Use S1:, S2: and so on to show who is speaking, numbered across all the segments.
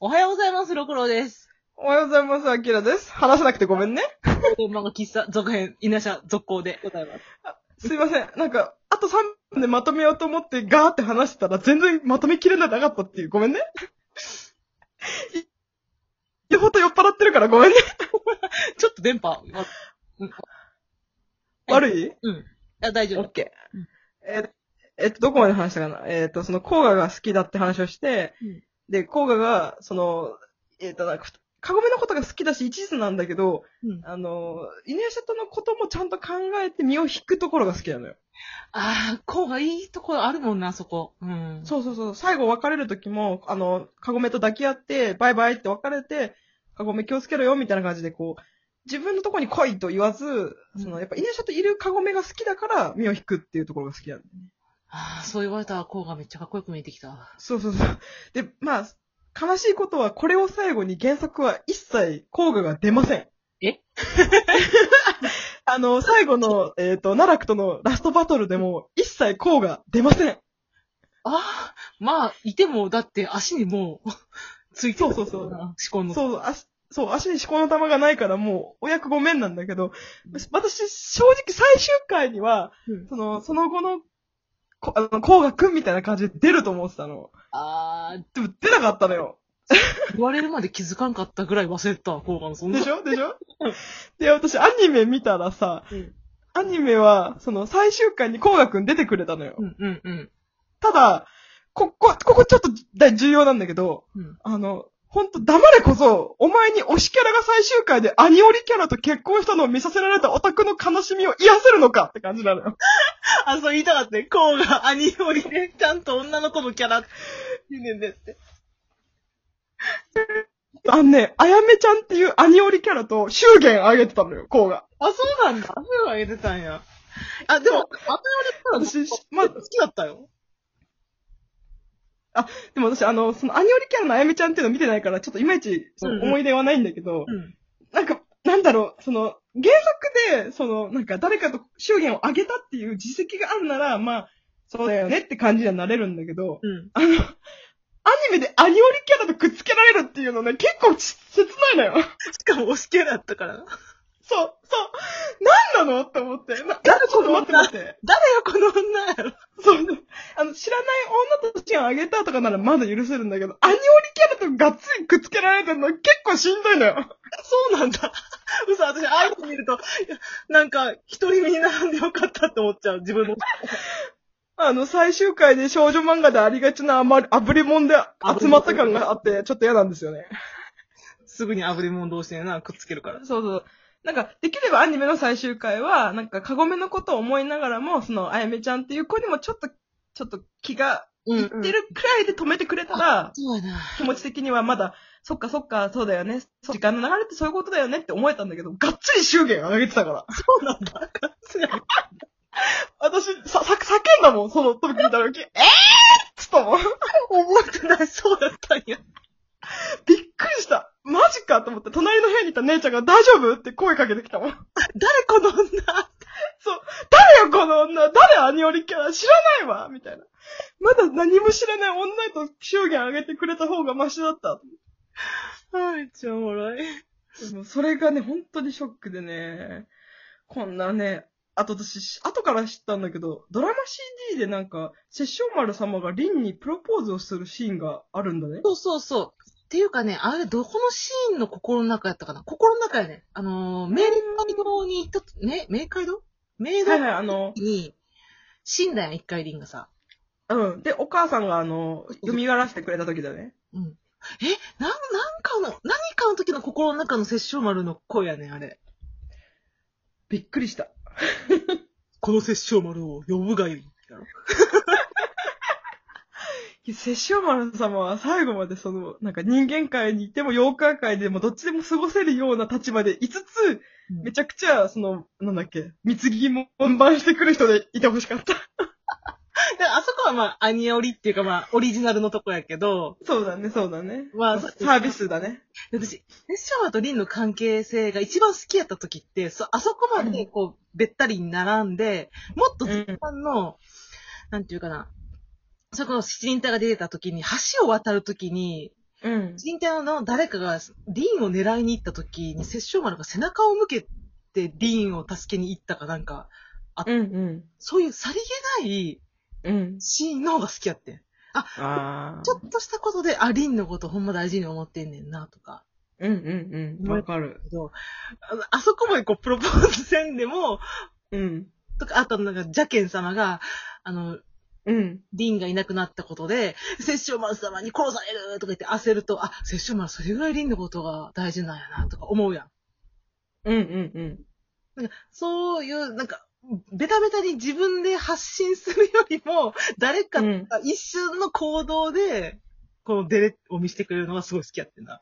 S1: おはようございます、ろくろです。
S2: おはようございます、アキラです。話せなくてごめんね。
S1: 漫画喫茶続編、稲車続行でございます。
S2: すいません。なんか、あと3分でまとめようと思ってガーって話したら全然まとめきれなかったっていう。ごめんね。いよほんと酔っ払ってるからごめんね。
S1: ちょっと電波、わうん
S2: 悪い
S1: うん。あ、大丈
S2: オ
S1: 夫
S2: ッ。ケー。えっと、えっと、どこまで話したかなえっと、その、甲賀が好きだって話をして、
S1: うん
S2: で、甲賀が、その、えっと、なんか、カゴメのことが好きだし、一途なんだけど、
S1: うん
S2: あの、犬やシャトのこともちゃんと考えて身を引くところが好きなのよ。
S1: ああ、こうがいいところあるもんな、そこ。うん。
S2: そうそうそう。最後別れる時も、あの、カゴメと抱き合って、バイバイって別れて、カゴメ気をつけろよ、みたいな感じで、こう、自分のとこに来いと言わず、その、やっぱ、イネシャといるカゴメが好きだから、身を引くっていうところが好きなんだよね。
S1: ああ、そう言われたら、こうがめっちゃかっこよく見えてきた。
S2: そうそうそう。で、まあ、悲しいことは、これを最後に原作は一切効果が出ません。
S1: え
S2: あの、最後の、えっ、と、奈落とのラストバトルでも、一切効果出ません。
S1: ああ、まあ、いても、だって足にもう、 ついて。
S2: そうそうそう
S1: 思考の。
S2: そうそう、足、そう、足に思考の玉がないからもう、お役ごめんなんだけど
S1: うん、
S2: 私、正直最終回には、
S1: うん
S2: その、その後の、こあの、こうがくんみたいな感じで出ると思ってたの。
S1: ああ、
S2: でも出なかったのよ。
S1: 言われるまで気づかんかったぐらい忘れてたわ、こうがの、そんな
S2: で。しょでしょで、私、アニメ見たらさ、
S1: うん
S2: アニメは、その、最終回にこうがくん出てくれたのよ。
S1: うん、うん、うん。
S2: ただ、ここ、ここちょっと大重要なんだけど、
S1: うん
S2: あの、ほんと黙れこそ、お前に推しキャラが最終回でアニオリキャラと結婚したのを見させられたオタクの悲しみを癒せるのかって感じな のよ。
S1: あ、そう言いたかったね。こうが兄よりね、ちゃんと女の子のキャラって言うねんだって。
S2: あのね、あやめちゃんっていうアニオリキャラと祝言あげてたのよ、こうが。
S1: あ、そうなんだ。そういうのあげてたんや。あ、でも、あたり
S2: 私、
S1: ま
S2: まあ
S1: 好、きだったよ。
S2: でも私、あの、そのアニオリキャラのあやめちゃんっていうの見てないから、ちょっといまいち、そ
S1: うんうん
S2: の思い出はないんだけど、
S1: うん。
S2: なんか、なんだろう、その、原作で、その、なんか誰かと祝言をあげたっていう実績があるなら、まあ、そうだよねって感じにはなれるんだけど、
S1: うん。
S2: あの、アニメでアニオリキャラとくっつけられるっていうのね、結構ち切ないのよ。
S1: しかも、推しキャラだったからな。
S2: そう、そう。なんなのって思って。な、なんかちょっと待って待って。
S1: 誰よ、この女やろ。
S2: そう。あの、知らない女と資金あげたとかならまだ許せるんだけど、アニオリキャラとがっつりくっつけられてるの結構しんどいのよ。
S1: そうなんだ。嘘、私、ああいうの見ると、いやなんか、一人身に並んでよかったって思っちゃう、自分の。
S2: あの、最終回で少女漫画でありがちなあまり、炙りもんで集まった感があって、ちょっと嫌なんですよね。
S1: すぐに炙り物同士でな、くっつけるから。
S2: そうそう。なんか、できればアニメの最終回は、なんか、カゴメのことを思いながらも、その、あやめちゃんっていう子にもちょっと、ちょっと気が
S1: う
S2: いってるくらいで止めてくれたら、
S1: そうやな。
S2: 気持ち的にはまだ、そっかそっか、そうだよね。そう時間の流れってそういうことだよねって思えたんだけど、がっつり祝言上げてたから。
S1: そうなんだ。
S2: 私、さ、さ、叫んだもん、その時見た時。えぇーっつったもん。
S1: 覚えてない、そうだったんや。
S2: びっくりした。マジかと思って、隣の部屋にいた姉ちゃんが大丈夫って声かけてきたもん。
S1: 誰この女
S2: 誰よ、この女誰アニオリキャラ知らないわみたいな。まだ何も知らない女へと祝言あげてくれた方がマシだった。
S1: はい、ちゃおもろい。
S2: でもそれがね、本当にショックでね、こんなね、あと私、後から知ったんだけど、ドラマ CD でなんか、殺生丸様がリンにプロポーズをするシーンがあるんだね。
S1: そうそうそう。っていうかね、あれ、どこのシーンの心の中やったかな心の中やね。あのー、明海堂に行ったと、ね、明海堂明
S2: は
S1: 海
S2: い
S1: 堂
S2: はい、あの、
S1: に、死んだやん、一回リンがさ。
S2: うん。で、お母さんがあの、蘇らせてくれた時だね。
S1: うん。え、なん、なんかの、何かの時の心の中の殺生丸の声やね、あれ。
S2: びっくりした。
S1: この殺生丸を呼ぶがよい。やろ
S2: いや殺生丸様は最後までその、なんか人間界にいても妖怪界でもどっちでも過ごせるような立場で、いつつ
S1: うん、
S2: めちゃくちゃ、その、なんだっけ、貢ぎも本番してくる人でいてほしかった。
S1: だからあそこはまあ、アニオリっていうかまあ、オリジナルのとこやけど、
S2: そうだね、そうだね。
S1: まあ
S2: サービスだね。
S1: 私、セッションマンとリンの関係性が一番好きやった時って、そ、あそこまでこう、べったりに並んで、もっと時間の、なんていうかな、そこの七輪隊が出てた時に、橋を渡る時に、
S2: うん。
S1: 人体の誰かがリンを狙いに行った時に、殺生丸が背中を向けてリンを助けに行ったかなんか、
S2: うんうん。
S1: そういうさりげない
S2: うん。
S1: シーンの方が好きやってん。
S2: ああ。
S1: ちょっとしたことで、あ、リンのことほんま大事に思ってんねんな、とか。
S2: うんうんうん。わかる。
S1: けど、あのあそこまでこう、プロポーズせんでも、
S2: うん。
S1: とか、あとなんか、ジャケン様が、あの、
S2: うん。
S1: リンがいなくなったことで、セッショマン様に殺されるとか言って焦ると、あ、セッショマンそれぐらいリンのことが大事なんやな、とか思うやん。
S2: うんうんうん。
S1: なんか、そういう、なんか、ベタベタに自分で発信するよりも、誰か
S2: うん
S1: が一瞬の行動で、このデレを見せてくれるのがすごい好きやってんな。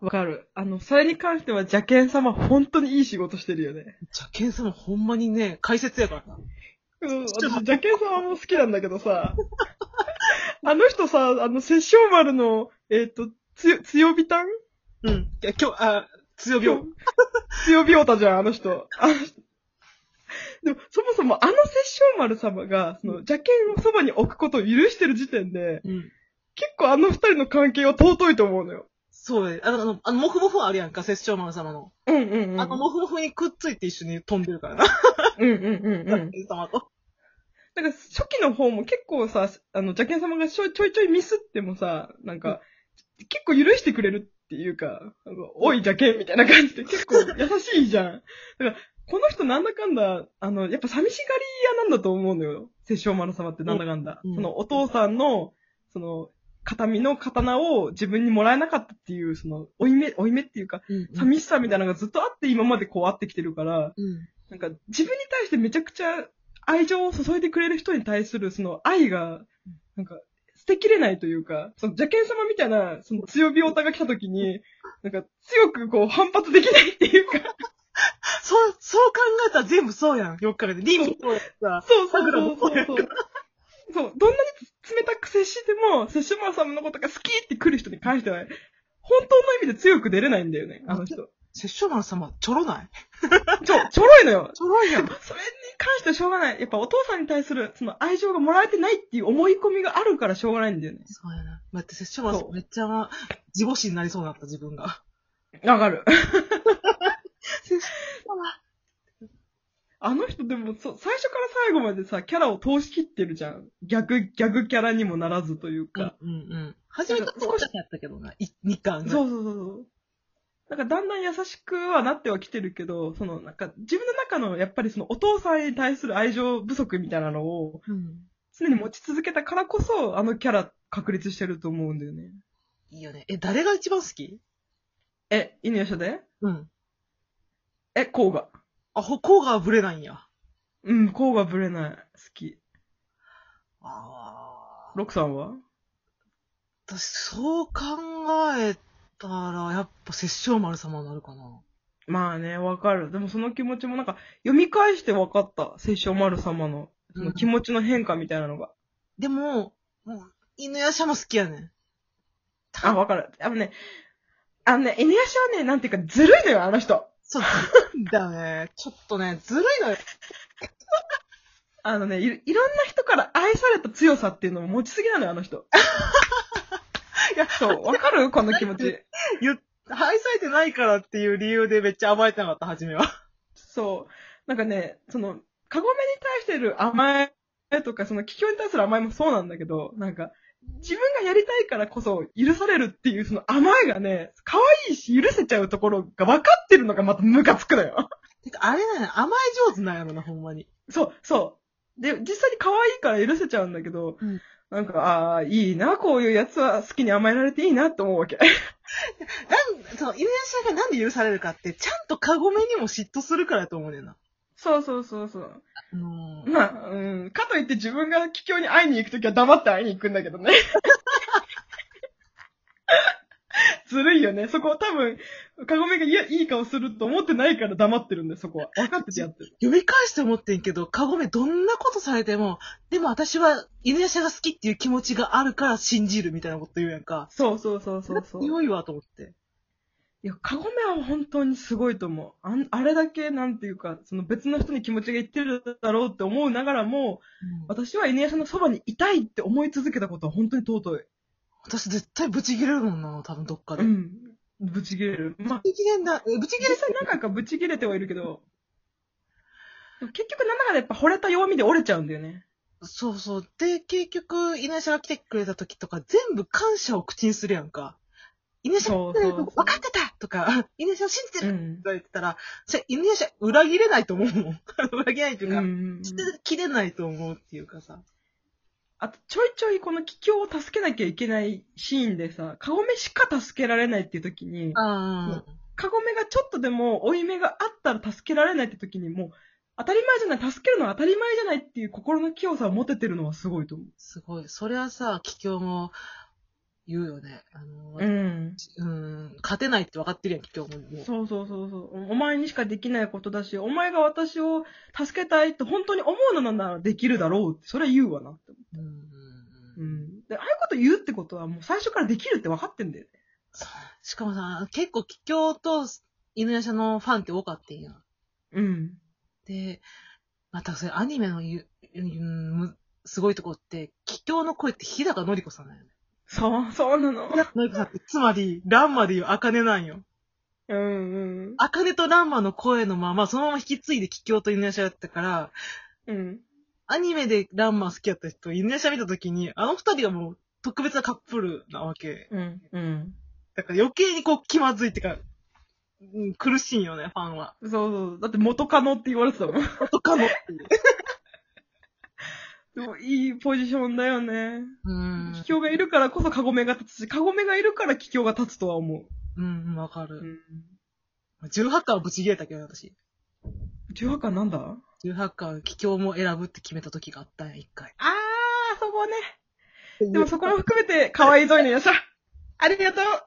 S2: わかる。あの、それに関しては、邪剣様、本当にいい仕事してるよね。
S1: ジャケン様ほんまにね、解説やからな。
S2: うん、私、邪剣様も好きなんだけどさ、 あの人さ、あの、殺生丸の、えっ、と、つよ、強火炭
S1: うん。いや、今日、あ、強火を。
S2: 強火太じゃん、あの人。あの人でも、そもそもあの殺生丸様が、その、邪剣をそばに置くことを許してる時点で、
S1: うん。
S2: 結構あの二人の関係は尊いと思うのよ。
S1: そうやあの、あの、あのモフモフあるやんか、セッションマン様の。
S2: うんうんうん。
S1: あの、モフモフにくっついて一緒に飛んでるからな。
S2: うんうんうん
S1: ジ
S2: う
S1: ャ
S2: ん。
S1: ケン様と。
S2: なんか初期の方も結構さ、あの、ジャケン様がちょいちょいちょいミスってもさ、なんか、結構許してくれるっていうか、なんかおいジャケンみたいな感じで結構優しいじゃん。だから、この人なんだかんだ、あの、やっぱ寂しがり屋なんだと思うのよ。殺生丸様ってなんだかんだ。
S1: うんうん
S2: そのお父さんの、その、形見の刀を自分にもらえなかったっていう、その、おいめ、おいめっていうか、
S1: うん
S2: 寂しさみたいなのがずっとあって今までこうあってきてるから、
S1: うん。
S2: なんか自分に対してめちゃくちゃ愛情を注いでくれる人に対するその愛が、なんか捨てきれないというか、その邪剣様みたいなその強火オタが来た時に、なんか強くこう反発できないっていうか、
S1: そう、そう考えたら全部そうやん。よく考えて。リンもそうやしさ。
S2: そうそ
S1: そうう
S2: そう
S1: そう
S2: そうそう。そう、どんなに冷たく接しても、セシュマラ様のことが好きって来る人に関しては、本当の意味で強く出れないんだよね、あの人。
S1: セッションマン様、ちょろない
S2: ちょ、ちょろいのよ。
S1: ちょろいや
S2: でもそれに関してはしょうがない。やっぱお父さんに対する、その愛情がもらえてないっていう思い込みがあるからしょうがないんだよね。
S1: そうやな。待って、セッションマン
S2: そ
S1: 様
S2: う
S1: めっちゃ、自母子になりそうになった、自分が。
S2: わかる。
S1: セッションマン
S2: あの人でもそ、最初から最後までさ、キャラを通し切ってるじゃん。逆、逆キャラにもならずというか。
S1: うんうんうん。初めからそうじゃなかったけどな、い二巻が。
S2: そうそうそうそう。なんかだんだん優しくはなってはきてるけど、そのなんか自分の中のやっぱりそのお父さんに対する愛情不足みたいなのを
S1: うん。
S2: 常に持ち続けたからこそ、あのキャラ確立してると思うんだよね。
S1: いいよね。え、誰が一番好き
S2: え、犬やしゃで
S1: うん。
S2: え、こうが。
S1: あ、歩行がぶれないんや。
S2: うん、こうがぶれない。好き。
S1: ああ。
S2: ロクさんは
S1: 私、そう考えたら、やっぱ、殺生丸様になるかな。
S2: まあね、わかる。でもその気持ちもなんか、読み返してわかった。聖書丸様の、その気持ちの変化みたいなのが。
S1: でも、もう犬やしゃも好きやねん。
S2: あ、わかる。あのね、あのね、犬屋はね、なんていうか、ずるいのよ、あの人。
S1: そう、だね。ちょっとね、ずるいのよ。
S2: あのね、いいろんな人から愛された強さっていうのを持ちすぎなのよ、あの人。いや、そう、わかるこの気持ち。
S1: 愛されてないからっていう理由でめっちゃ甘えてなかった、初めは。
S2: そう。なんかね、その、カゴメに対してる甘えとか、その、気境に対する甘えもそうなんだけど、なんか、自分がやりたいからこそ許されるっていう、その甘えがね、可愛いし許せちゃうところが分かってるのがまたムカつくのよ。
S1: てか、あれだね、甘え上手なんやろな、ほんまに。
S2: そう、そう。で、実際に可愛いから許せちゃうんだけど、
S1: うん
S2: なんか、ああー、いいな、こういうやつは好きに甘えられていいなって思うわけ。
S1: なん、その、犬やしゃがなんで許されるかって、ちゃんとカゴメにも嫉妬するからやと思うねんな。
S2: そうそうそうそう。
S1: うん。
S2: まあ、うん。かといって自分が気境に会いに行くときは黙って会いに行くんだけどね。 ずるいよね。そこは多分、カゴメがいや、いい顔すると思ってないから黙ってるんだよ、そこは。分かっててやってる。
S1: 読み返して思ってんけど、カゴメどんなことされても、でも私は犬やしゃが好きっていう気持ちがあるから信じるみたいなこと言うやんか。
S2: そうそうそうそう そう。い
S1: 強いわ、と思って。
S2: や、カゴメは本当にすごいと思う。あんあれだけ、なんていうか、その別の人に気持ちがいってるだろうって思うながらも、私は犬屋さんのそばにいたいって思い続けたことは本当に尊い。
S1: 私絶対ブチ切れるもんな、多分どっかで。
S2: う
S1: ブ
S2: ん。ぶち切れる。まあ、
S1: チ切れんだ、えブチ切れ
S2: 実際何回かぶち切れてはいるけど、でも結局なんだかんだやっぱ惚れた弱みで折れちゃうんだよね。
S1: そうそう。で、結局、イネシャが来てくれた時とか、全部感謝を口にするやんか。イネシャが来てくれる
S2: そう
S1: と
S2: そう
S1: 分かってたとか、イネシャを信じてるとか
S2: ん。
S1: 言ってたら、それイネシャ裏切れないと思うもん。裏切れないという
S2: う
S1: か、
S2: ん
S1: 捨てきれないと思うっていうかさ。
S2: あと、ちょいちょいこの気境を助けなきゃいけないシーンでさ、カゴメしか助けられないっていう時に、
S1: ああ。
S2: カゴメがちょっとでも追い目があったら助けられないって時に、もう、当たり前じゃない、助けるのは当たり前じゃないっていう心の器用さを持ててるのはすごいと思
S1: すごい。それはさ、桔梗も言うよね。あの、
S2: う。ん。
S1: うん、勝てないって分かってるやん、桔梗も。もう
S2: そうそうそうそう。お前にしかできないことだし、お前が私を助けたいって本当に思うのならできるだろうって、それは言うわなって思
S1: うんうん
S2: う。
S1: う
S2: うんん。で、ああいうこと言うってことはもう最初からできるって分かってんだよね。
S1: そうしかもさ、結構桔梗と犬屋社のファンって多かったんやん。
S2: うん。
S1: で、またそれアニメのゆ、ゆゆむすごいとこって、桔梗の声って日高のり子さんなんよね。
S2: そう、そうなの
S1: 日。高のり子さんって、つまり、ランマでいう茜なんよ。
S2: うんうん。
S1: 茜とランマの声のまま、そのまま引き継いで桔梗と犬屋社やったから、
S2: うん。
S1: アニメでランマ好きやった人、犬屋社見た時に、あの二人がもう特別なカップルなわけ。
S2: うん。うん。
S1: だから余計にこう気まずいってか、うん、苦しいんよね、ファンは。
S2: そうそう。だって元カノって言われてた もん。
S1: 元カノっていう。
S2: でもいいポジションだよね。
S1: うん
S2: 気境がいるからこそカゴメが立つし、カゴメがいるから気境が立つとは思
S1: うん、わか
S2: う。
S1: る。
S2: ん。
S1: 18巻はブチ切れたけどね、私。
S2: 18巻なんだあ
S1: 18巻、桔梗も選ぶって決めた時があったんや、一回。
S2: ー、そこね。でもそこも含めて可愛いぞいのよっしゃ。ありがとう。